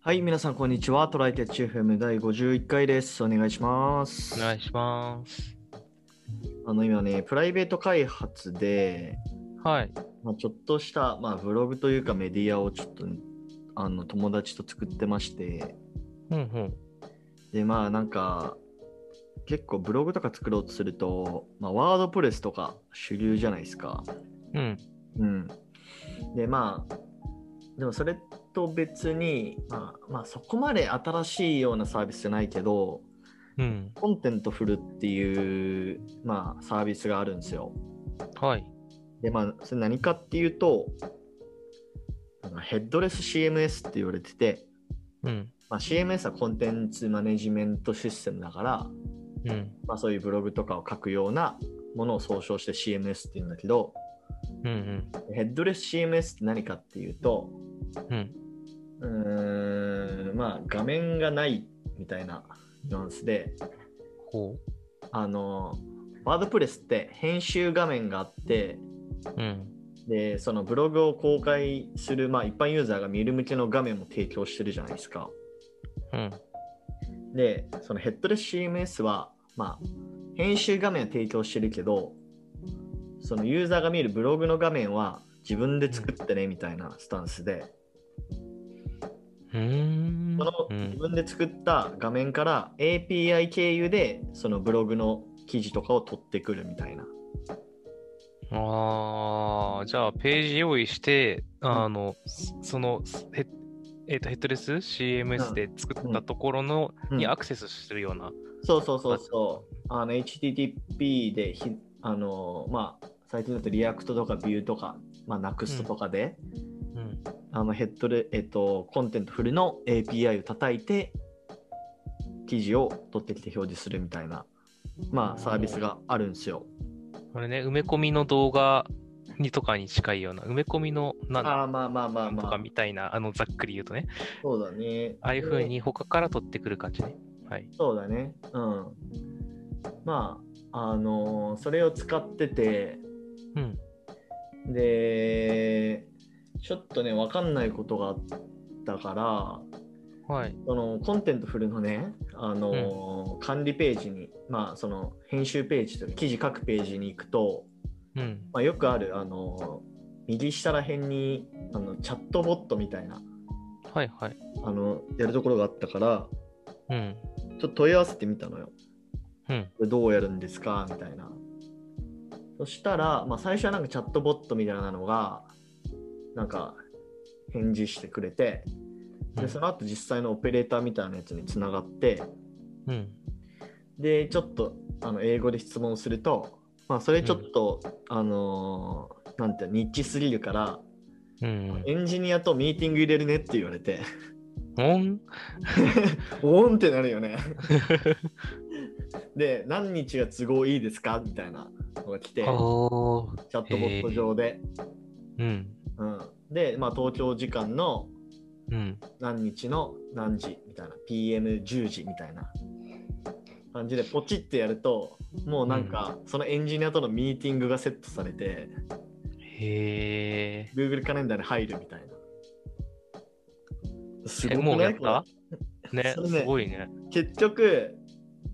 はい、皆さん、こんにちは。トライキャッチ FM 第51回です。お願いします。お願いします。あの、今ね、プライベート開発で、はい。まあ、ちょっとした、まあ、ブログというかメディアをちょっと、あの、友達と作ってまして、うんうん。で、まあ、なんか、結構ブログとか作ろうとすると、まあ、ワードプレスとか主流じゃないですか。うん。うん。で、まあ、でもそれと別に、まあ、まあ、そこまで新しいようなサービスじゃないけど、うん。コンテントフルっていう、まあ、サービスがあるんですよ。はい。で、まあ、それ何かっていうと、あのヘッドレス CMS って言われてて、うん。まあ、CMS はコンテンツマネジメントシステムだから、うん。まあ、そういうブログとかを書くようなものを総称して CMS っていうんだけど、うんうん。ヘッドレス CMS って何かっていうと、うん。うーん、まあ、画面がないみたいなニュアンスで、ほあの、ワードプレスって編集画面があって、う。うん。でそのブログを公開する、まあ、一般ユーザーが見る向けの画面も提供してるじゃないですか。うん。でそのヘッドレス CMS は、まあ、編集画面は提供してるけどそのユーザーが見るブログの画面は自分で作ってねみたいなスタンスで、うーん。そのう自ん。分で作った画面から API 経由でそのブログの記事とかを取ってくるみたいな。ああ、じゃあ、ページ用意して、あの、その、ヘッえっと、ヘッドレス ?CMS で作ったところの、うんにアクセスするような。そうそうそうそう。あの HTTP でひあのまあ最近だとリアクトとかビューとかまあ NUXT とかで、うん。あのヘッドレえっとコンテンツフルの API を叩いて記事を取ってきて表示するみたいなまあサービスがあるんですよ。これね、埋め込みの動画にとかに近いような、埋め込みの、なんだああまあまあまあとまかあ。みたいな、あの、ざっくり言うとね、そうだね。ああいう風に他から取ってくる感じね。はい。そうだね。うん。まああのーそれを使っててうん。でちょっとね分かんないことがあったからはい。そのコンテンツフルのね、あのー管理ページに、まあ、その編集ページというか記事書くページに行くと、うん。まあ、よくある、あのー右下ら辺にあのチャットボットみたいなはいはい。あのやるところがあったからうん。ちょっと問い合わせてみたのよ。うん。これどうやるんですかみたいな。そしたら、まあ、最初はなんかチャットボットみたいなのがなんか返事してくれてでその後実際のオペレーターみたいなやつにつながって。うん。でちょっとあの英語で質問すると、まあ、それちょっと、あのーなんていうのニッチすぎるから、うん。エンジニアとミーティング入れるねって言われ てオンおーんってなるよ ねで何日が都合いいですかみたいなのが来てチャおー。ットボット上で、うん。うん、で、まあ、東京時間のうん。何日の何時みたいな PM10 時みたいな感じでポチってやるともうなんかそのエンジニアとのミーティングがセットされて、へえ。 Google カレンダーに入るみたいなすごえくもうなやっいこたね、 それねすごいね。れ結局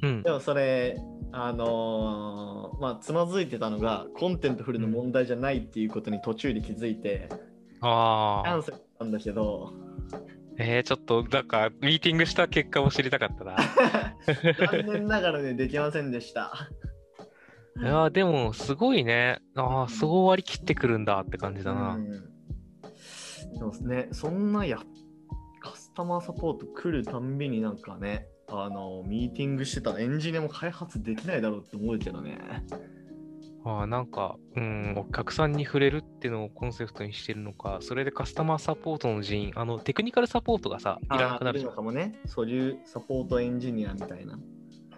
うんで。もそれあのーまあつまずいてたのがコンテンツフルの問題じゃないっていうことに途中で気づいてキャああン。セルしたんだけどえー、ちょっと、なんか、ミーティングした結果を知りたか ったな。残念ながらねできませんでしたいやーでも、すごいね。ああ、そう割り切ってくるんだって感じだなう。んでもね、そんなやカスタマーサポート来るたんびになんかね、あのミーティングしてたらエンジニアも開発できないだろうって思うけどね。ああ、なんか、うん、お客さんに触れるっていうのをコンセプトにしてるのか、それでカスタマーサポートの人員、あの、テクニカルサポートがさ、いらなくなるいじゃのんか。もね。そういうサポートエンジニアみたいな。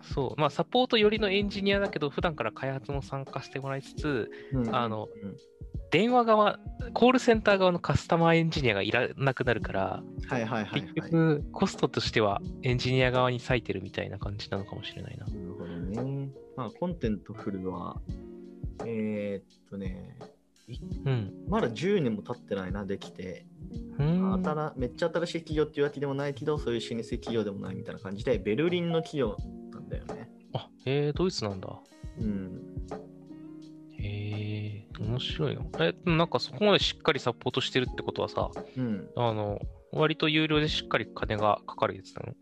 そう、まあ、サポート寄りのエンジニアだけど、普段から開発も参加してもらいつつ、うんあのうん電話側、コールセンター側のカスタマーエンジニアがいらなくなるから、はいはいはい、結はい。なる局、コストとしてはエンジニア側に割いてるみたいな感じなのかもしれないな。ほどね。まあ、コンテンツフルは、えーっとね、うん。まだ10年も経ってないな、できて。うん新めっちゃ新しい企業っていうわけでもないけど、そういう老舗企業でもないみたいな感じで、ベルリンの企業なんだよね。あへえドイツなんだ。うん。へえ面白いな。え、でもなんかそこまでしっかりサポートしてるってことはさ、うん、あの、割と有料でしっかり金がかかるやつなの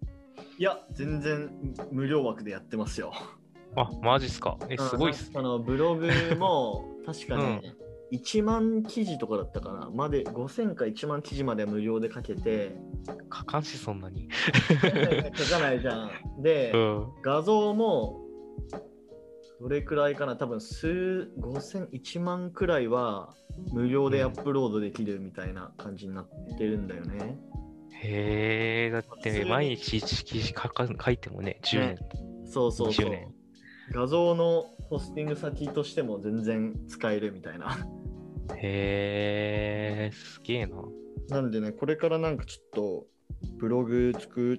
いや、全然無料枠でやってますよ。あ、マジっすか。え、すごいっすうんね。なんかあのブログ も確かね、1万記事とかだったかな、まで5000か1万記事までは無料で書け て、かかんし、そんなに。書かないじゃん。で、うん。画像もどれくらいかな多分数5000、1万くらいは無料でアップロードできるみたいな感じになってるんだよね。へえだっ普通てに毎日1記事かか書いてもね、10年。そうそうそう20年。画像のホスティング先としても全然使えるみたいな。 へえすげえな。なんでね、これからなんかちょっとブログ作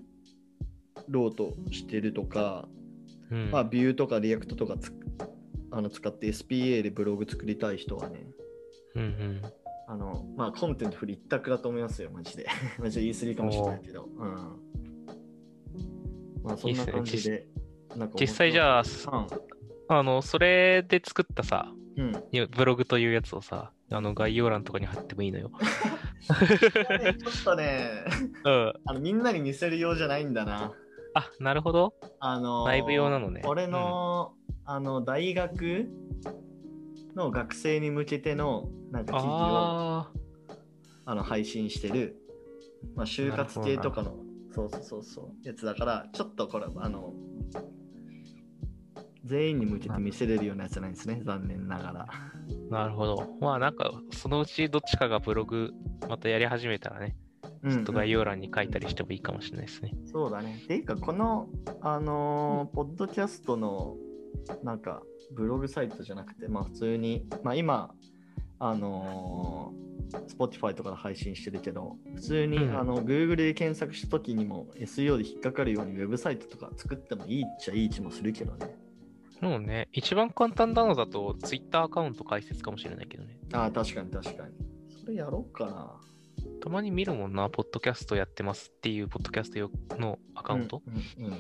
ろうとしてるとか、うん。まあ、ビューとかリアクトとかつあの使って SPA でブログ作りたい人はね、うんあの、まあ、コンテンツフリ一択だと思いますよ、マジで。 マジで言い過ぎかもしれないけど。うん。まあ、そんな感じいで。なんか実際じゃあうんうん。あの、それで作ったさ、うん。いやブログというやつをさ、あの概要欄とかに貼ってもいい のよ。ちょっとね、 うん。あのみんなに見せる用じゃないんだな。あ、なるほど。あのー内部用なのね俺の,、あの大学の学生に向けてのなんか記事をああの配信してる、まあ、就活系とかのそうそうそうそうやつだからちょっとこれあの全員に向けて見せれるようなやつじゃないんですね残念ながらあ、なるほど。まあなんか、そのうちどっちかがブログまたやり始めたらね、ちょっと概要欄に書いたりしてもいいかもしれないですね。そうだね。ていうか、この、あのーポッドキャストの、なんか、ブログサイトじゃなくて、まあ、普通に、まあ、今、あのー、Spotify とかで配信してるけど、普通に、うんあの、Google で検索した時にも、SEO で引っかかるようにウェブサイトとか作ってもいいっちゃいい気もするけどね。もうね、一番簡単なのだと、Twitter アカウント開設かもしれないけどね。ああ、確かに確かに。それやろうかな。たまに見るもんな、ポッドキャストやってますっていう、ポッドキャスト用のアカウント、うん、うんうん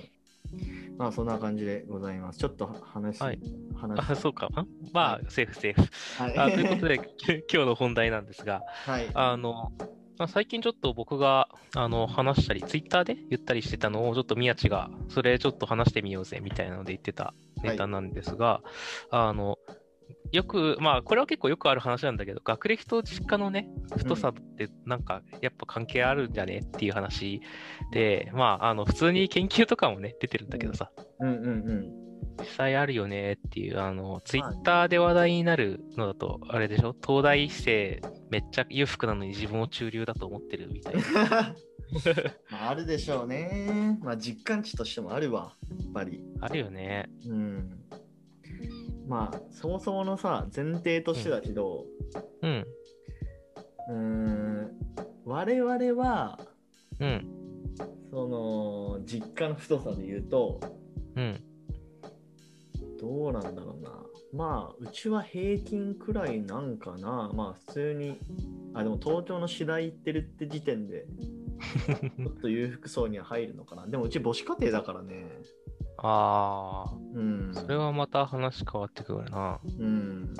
まあ、そんな感じでございます。ちょっと話、はい話あ、そうか。んまあ、セーフ、セーフ。はいあということで、きょ今日の本題なんですが、はい。あの、まあ最近ちょっと僕があの話したり、ツイッターで言ったりしてたのを、ちょっと宮地が、それちょっと話してみようぜみたいなので言ってたネタなんですが、あの、よく、まあ、これは結構よくある話なんだけど、学歴と実家のね、太さってなんか、やっぱ関係あるんじゃねっていう話で、まあ、あの、普通に研究とかもね、出てるんだけどさ、うんうんうん。実際あるよねっていう、あの、ツイッターで話題になるのだと、あれでしょ東大生めっちゃ裕福なのに自分を中流だと思ってるみたいな。 まあ、あるでしょうね。まあ実感値としてもあるわ、やっぱり。あるよね。うん。まあそもそものさ、前提としてだけど、うん。うーん、我々は、うん。その、実家の太さで言うと、うん。どうなんだろうな。まあ、うちは平均くらいなんかな。まあ、普通に、あ、でも東京の次第行ってるって時点 で、ちょっと裕福層には入るのかな。でもうち母子家庭だからね。ああ、うん。それはまた話変わってくるな。うん。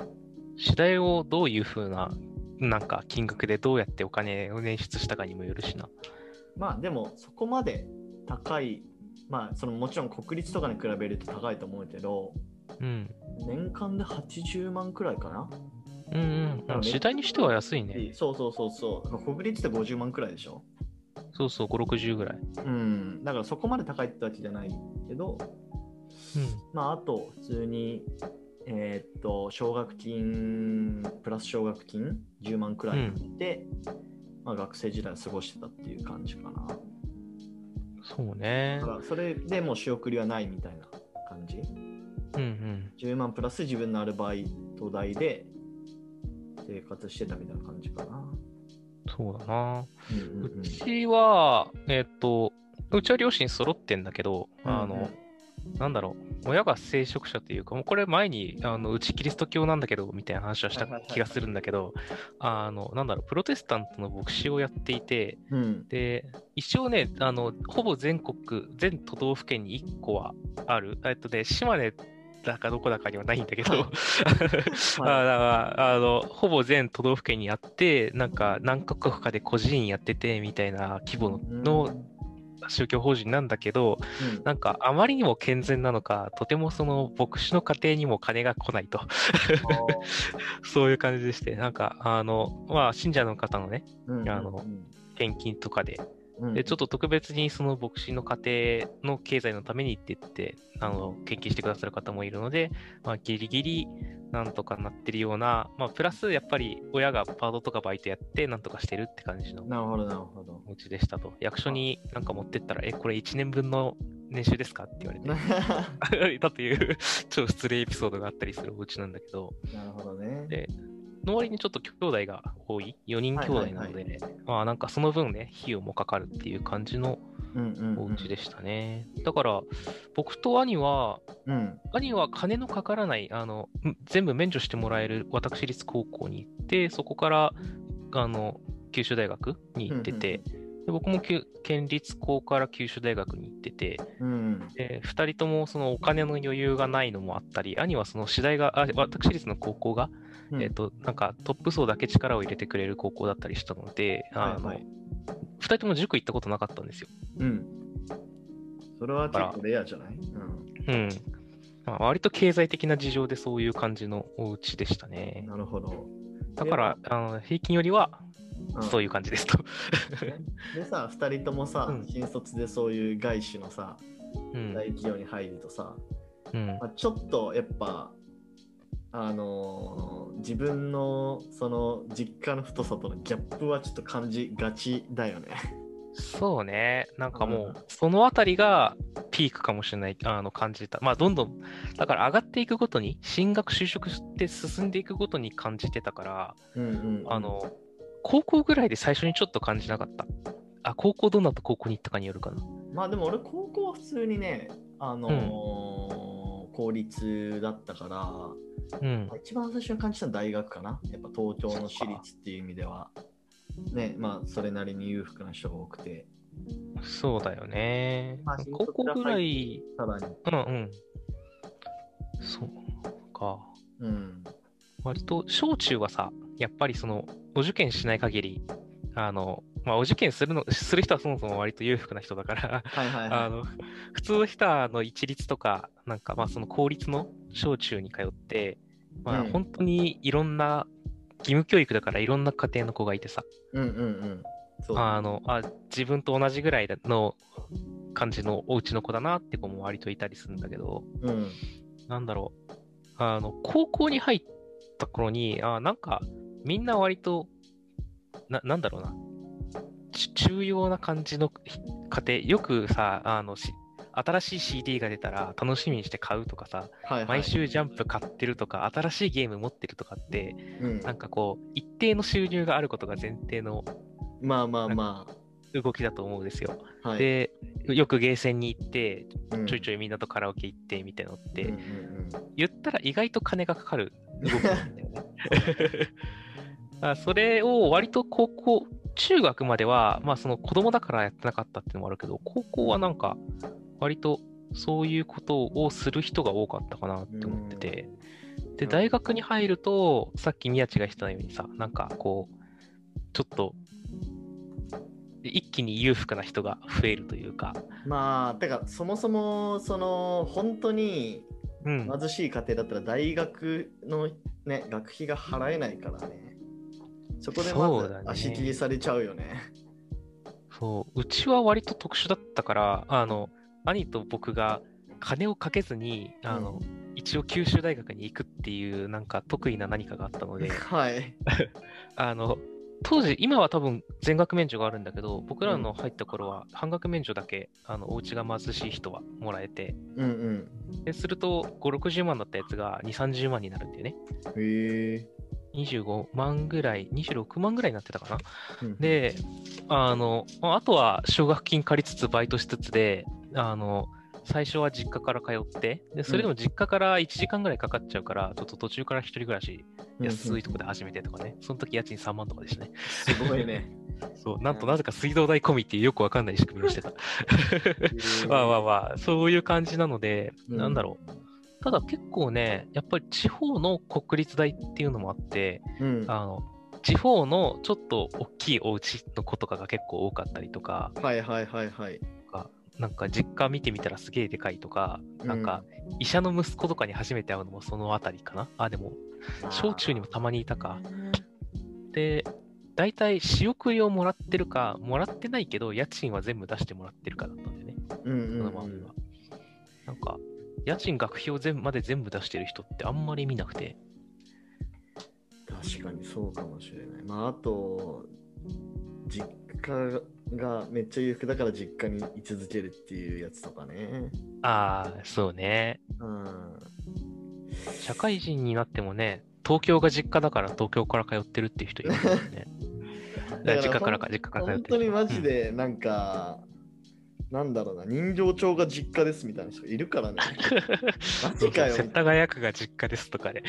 次第をどういう風な、なんか金額でどうやってお金を捻出したかにもよるしな。まあでもそこまで高い、まあそのもちろん国立とかに比べると高いと思うけど、うん。年間で80万くらいかな。うんうん。次第にしては安いね。そうそうそうそう。国立って50万くらいでしょ。そうそう、5、60ぐらい。うん。だからそこまで高いってわけじゃないけど、まああと普通に、えーっと、奨学金、プラス奨学金10万くらいで、まあ学生時代を過ごしてたっていう感じかな。うん。そうねだ。からそれでもう仕送りはないみたいな感じうんうん。 10万プラス自分のアルバイト代で生活してたみたいな感じかな、そうだな。うんうんうんうちは、えっ、と、うちは両親揃ってんだけど、あの、なんだろう、親が聖職者というか、もうこれ前に、あのうちキリスト教なんだけど、みたいな話はしたはいはいはい気がするんだけど、あの、なんだろう、プロテスタントの牧師をやっていて、うん。で、一応ね、あの、ほぼ全国、全都道府県に1個はある。えっとね、島根だかどこだかにはないんだけど、はいあだからあのほぼ全都道府県にあって、なんか何カ国かで個人やっててみたいな規模のうん宗教法人なんだけど、うんなんかあまりにも健全なのか、とてもその牧師の家庭にも金が来ないと、 そういう感じでして、なんかあの、まあ、信者の方のね、うんあの献金とかで、うんでちょっと特別にその牧師の家庭の経済のためにって言って、あの献金してくださる方もいるので、まあ、ギリギリなんとかなってるような、まあ、プラスやっぱり親がパートとかバイトやって、なんとかしてるって感じのなるほど、なるほど。お家でしたと。役所になんか持ってったら、え、これ1年分の年収ですかって言 われて。なだという超失礼エピソードがあったりするお家なんだけど、るほどね。での割にちょっと兄弟が多い、4人兄弟なので、はいはいはまあなんかその分ね、費用もかかるっていう感じのうんうんうんお家でしたね。だから、僕と兄は、うん。兄は金のかからない、あの、ん全部免除してもらえる私立高校に行って、そこから、あの、九州大学に行ってて、で僕もきゅ県立高から九州大学に行ってて、うん。で2人ともそのお金の余裕がないのもあったり、兄はその次第が、あ私立の高校が、うんえっ、と、なんかトップ層だけ力を入れてくれる高校だったりしたので、あの、はいはい2人とも塾行ったことなかったんですよ。うん。それは結構レアじゃないうん。まあ、割と経済的な事情でそういう感じのお家でしたうん。ね。なるほど。だから、あの平均よりはうんそういう感じですと。でさ、二人ともさう、ん新卒でそういう外資のさ、うん。大企業に入るとさ、うんまあ、ちょっとやっぱ、あのー自分のその実家の太さとのギャップはちょっと感じがちだよね。そうね、なんかもうんう、そのあたりがピークかもしれない、あの感じた。まあ、どんどん、だから上がっていくごとに、進学、就職して進んでいくごとに感じてたから、うんうんうんあの、高校ぐらいで最初にちょっと感じなかった。あ、高校どんなと高校に行ったかによるかな。まあでも俺高校は普通にね、あのー公立だったから、うんまあ、一番最初に感じたのは大学かな。やっぱ東京の私立っていう意味では、ね、まあそれなりに裕福な人が多くて、そうだよねまあ新。高卒校ぐらい、さらに、うんうん。そうか。うん、割と小中はさやっぱりそのお受験しない限りあのまあお受験するのする人はそもそも割と裕福な人だからはいはいはい。あの普通の人はあの一律とかなんかまあその公立の小中に通ってまあうん本当にいろんな義務教育だからいろんな家庭の子がいてさうんうんうん。そうあのあ自分と同じぐらいの感じのお家の子だなって子も割といたりするんだけどうんなんだろう、あの、高校に入った頃に、あなんか、みんな割と、な、なんだろうな、ち中庸な感じのひ家庭、よくさ、あの、し新しい CD が出たら楽しみにして買うとかさ、はいはい、毎週ジャンプ買ってるとか、新しいゲーム持ってるとかって、うんなんかこう、一定の収入があることが前提のまあまあま動きだと思うんですよ。あ、はい、で、よくゲーセンに行って、うん、ちょいちょいみんなとカラオケ行ってみたいなのって、うんうん言ったら意外と金がかかる動きなんだよね。あそれを割と高校、中学までは、まあその子供だからやってなかったっていうのもあるけど、高校はなんか、割とそういうことをする人が多かったかなって思ってて、で、大学に入ると、さっき宮地が言ってたようにさ、なんかこう、ちょっと、一気に裕福な人が増えるというか、うんまあてかそもそもその本当にうん、貧しい家庭だったら大学のね学費が払えないからねそこでまそうずだね足切りされちゃうよねそう、うちは割と特殊だったから、あの、兄と僕が金をかけずに、あの、一応九州大学に行くっていう、なんか得意な何かがあったので、 はいあの、当時、今は多分全額免除があるんだけど、僕らの入った頃は半額免除だけ、あの、お家が貧しい人はもらえて、うんうんですると、5、60万だったやつが2、30万になるんだよね。へえ25万ぐらい、26万ぐらいになってたかな。うんで、あの、まああとは奨学金借りつつ、バイトしつつで、あの、最初は実家から通って、でそれでも実家から1時間ぐらいかかっちゃうから、ちょっと途中から一人暮らし、安いとこで始めてとかね、その時家賃3万とかでしたね。すごい ね。そう、なんとなぜか水道代込みっていうよくわかんない仕組みをしてた。まあまあまあ、そういう感じなので、うんなんだろう。ただ結構ね、やっぱり地方の国立大っていうのもあって、うん。あの地方のちょっと大きいお家の子とかが結構多かったりとか、はいはいはいはい。なんか実家見てみたらすげえでかいとか、なんか医者の息子とかに初めて会うのもそのあたりかな。あ、でも、小中にもたまにいたか。で、大体仕送りをもらってるか、もらってないけど、家賃は全部出してもらってるかだったんだよね。うんそうんのう場合はん。なんか、家賃、学費を全部まで全部出してる人ってあんまり見なくて、確かにそうかもしれない。まああと、実家がめっちゃ裕福だから実家に居続けるっていうやつとかね。ああ、そうね。うん。社会人になってもね、東京が実家だから東京から通ってるっていう人いるもん ね。だから実家からか、実家から通っ本てる人。当にマジでなんか、なんだろうな、人形町が実家ですみたいな人いる からね。マそジうそかうよ世みた田いな。谷区が実家ですとか で。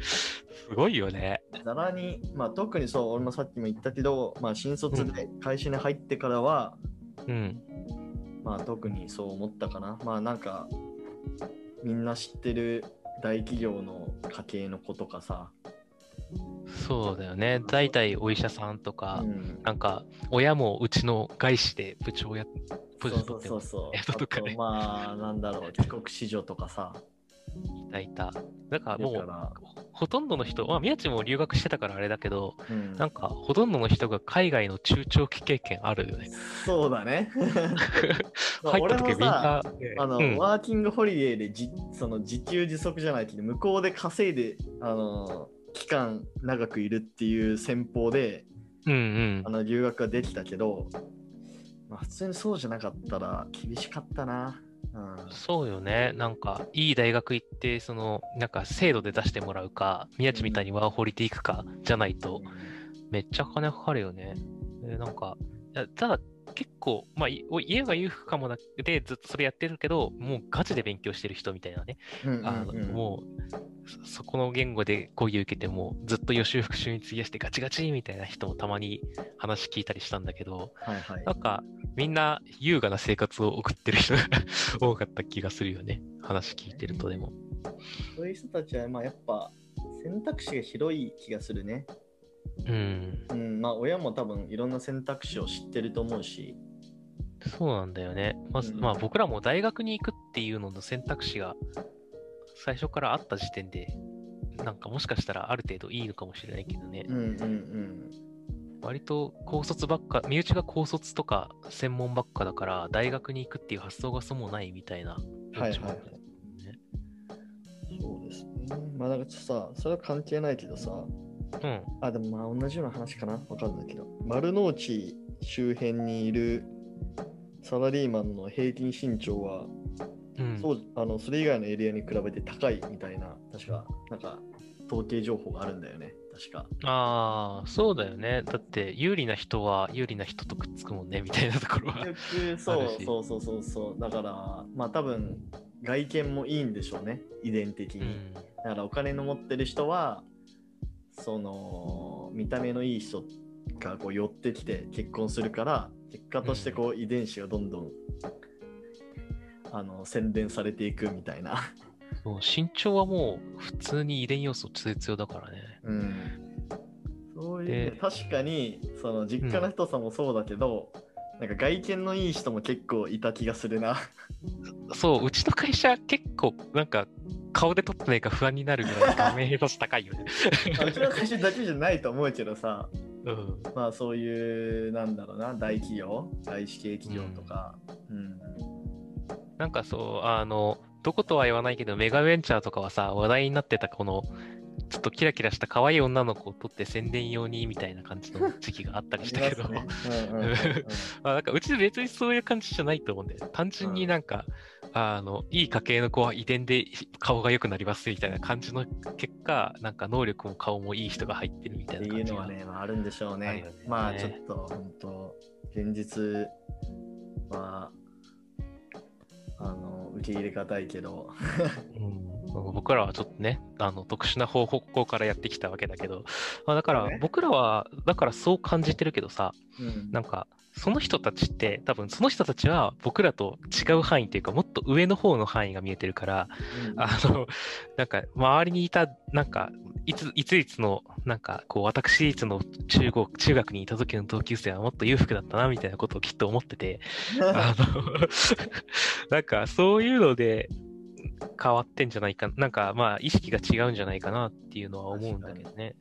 すごいよね。ざらに、まあ、特にそう、俺もさっきも言ったけど、まあ、新卒で会社に入ってからは、うん。まあ特にそう思ったかな。まあなんかみんな知ってる大企業の家系の子とかさ、そうだよね。大体お医者さんとか、うんなんか、親もうちの外資で部長や、ポジショそうン取ってそうそうやっそと う。とかあねとまあなんだろう、 帰国子女とかさ。いたいた。だかだらもかう、ら、ほとんどの人、まあ、宮地も留学してたからあれだけど、うんなんか、ほとんどの人が海外の中長期経験あるよね。そうだ ね。まあ入った時俺みんもさな、あの、うんワーキングホリデーでじその自給自足じゃないけど向こうで稼いであの期間長くいるっていう戦法でうんうんあ。の留学ができたけど、まあ、普通にそうじゃなかったら厳しかったな。うんそうよね。なんか、いい大学行って、その、なんか、制度で出してもらうか、宮地みたいにワーホリで行くか、じゃないと、めっちゃ金かかるよね。でなんか、いやただ、結構、まあ、いお家が裕福かもなくて、ずっとそれやってるけど、もうガチで勉強してる人みたいなね。うんうんあのもう、そそこの言語で講義受けても、ずっと予習復習に費やしてガチガチみたいな人もたまに話聞いたりしたんだけど、はいはいなんか、みんな優雅な生活を送ってる人が 多かった気がするよね。話聞いてるとでも。そういう人たちはまあやっぱ選択肢が広い気がするね。うん。うん、まあ親も多分いろんな選択肢を知ってると思うし、そうなんだよね。まず、うんまあ僕らも大学に行くっていうのの選択肢が最初からあった時点で、なんかもしかしたらある程度いいのかもしれないけどねう。んうんうん、割と高卒ばっか、身内が高卒とか専門ばっかだから、大学に行くっていう発想がそもないみたいな。はいはいはいねそうですね。まあなんかちょっとさ、それは関係ないけどさ、うん。あ、でもまあ同じような話かな、わかんないけど、丸の内周辺にいるサラリーマンの平均身長は、うん。そうあのそれ以外のエリアに比べて高いみたいな、確か、なんか統計情報があるんだよね、確か。ああ、そうだよね。だって、有利な人は有利な人とくっつくもんね、みたいなところは。結局あるそうしそうそうそうそうだからまあ多分外見もいいんでしょうね遺伝的に、うん。だからお金の持ってる人はその見た目のいい人がこう寄ってきて結婚するから結果としてこう遺伝子がどんどん、あの洗練されていくみたいな、そう身長はもう、普通に遺伝要素必要だからね。うん、そういうで確かにその実家の人さもそうだけど、なんか外見のいい人も結構いた気がするな。そう、うちの会社、結構、なんか、顔で撮ってないか不安になるぐらい、画面平素高いよね。まあうちの会社だけじゃないと思うけどさ、うん。まあそういう、なんだろうな、大企業、外資系企業とか、うん。なんかそう、あの、どことは言わないけど、メガベンチャーとかはさ、話題になってた、この、ちょっとキラキラした可愛い女の子を撮って宣伝用に、みたいな感じの時期があったりしたけどあ。りますねうんうんうんうんまあ、なんかうち別にそういう感じじゃないと思うんで、単純になんか、あのいい家系の子は遺伝で顔が良くなりますみたいな感じの結果、なんか能力も顔もいい人が入ってるみたいってないう感じのが。はね、まあ、あるんでしょうね。あるよねまあちょっと、本当現実は、ああの受け入れがたいけど、うん、僕らはちょっとねあの特殊な方向からやってきたわけだけど、まあ、だからそうね僕らはだからそう感じてるけどさうんなんかその人たちって多分その人たちは僕らと違う範囲というかもっと上の方の範囲が見えてるからうんあのなんか周りにいたなんかいついついつのなんかこう私立の中国中学にいた時の同級生はもっと裕福だったなみたいなことをきっと思っててあの なんかそういうので変わってんじゃないかなんかまあ意識が違うんじゃないかなっていうのは思うんだけどね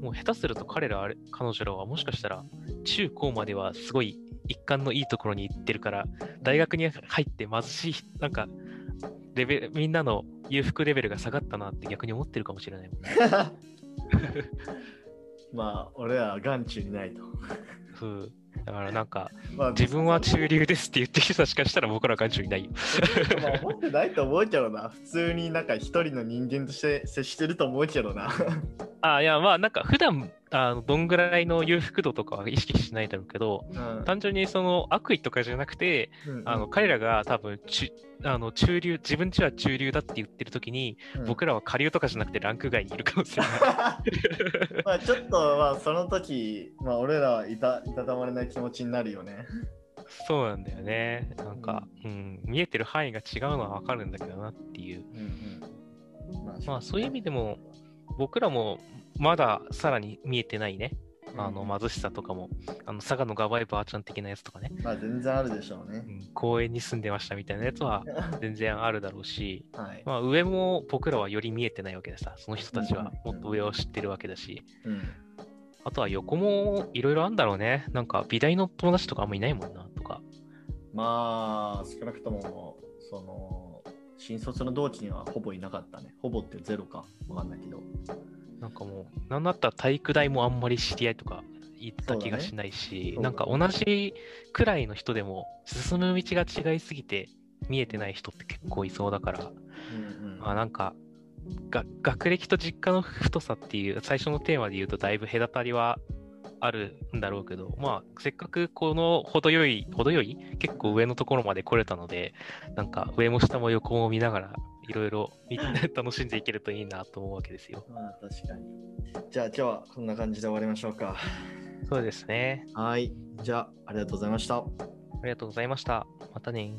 もう下手すると彼らはあれ彼女らはもしかしたら中高まではすごい一貫のいいところに行ってるから大学に入って貧しい なんかレベルみんなの裕福レベルが下がったなって逆に思ってるかもしれないもんね。 まあ俺らは眼中にないと。そうだからなんかまあ、自分は中流ですって言ってる人たちしかしたら僕らは眼中にないよ。まあ思ってないと思うけどな。普通になんか一人の人間として接してると思うけどな。あいやまあなんか普段あのどんぐらいの裕福度とかは意識しないだろうけどうん単純にその悪意とかじゃなくてあの彼らが多分ちあの中流自分ちは中流だって言ってる時に、僕らは下流とかじゃなくてランク外にいる可能性がある まあちょっとまあその時、まあ、俺らはいたいたたまれない気持ちになるよね。 そうなんだよねなんか、うん、見えてる範囲が違うのは分かるんだけどなっていううんうんままあそういう意味でも僕らもまださらに見えてないねあうのん貧しさとかもあの佐賀のガバイバーちゃん的なやつとかね、まあ全然あるでしょうね う。ん公園に住んでましたみたいなやつは全然あるだろうし、はい。まあ、上も僕らはより見えてないわけでさその人たちはうんもっと上を知ってるわけだし、うんあとは横もいろいろあるんだろうねなんか美大の友達とかあんまいないもんなとかまあ少なくともその新卒の同期にはほぼいなかったね。ほぼってゼロかわかんないけど。なんかもうなんだったら体育大もあんまり知り合いとか行った気がそうだねしないし、そうだねなんか同じくらいの人でも進む道が違いすぎて見えてない人って結構いそうだからうんうんまあなんかが学歴と実家の太さっていう最初のテーマで言うとだいぶ隔たりはあるんだろうけどまあせっかくこの程よい程よい結構上のところまで来れたのでなんか上も下も横も見ながらいろいろ見 楽しんでいけるといいなと思うわけですよ。まあ確かに。じゃあ今日はこんな感じで終わりましょうか。そうですね。はい。じゃあありがとうございました。ありがとうございました。またね。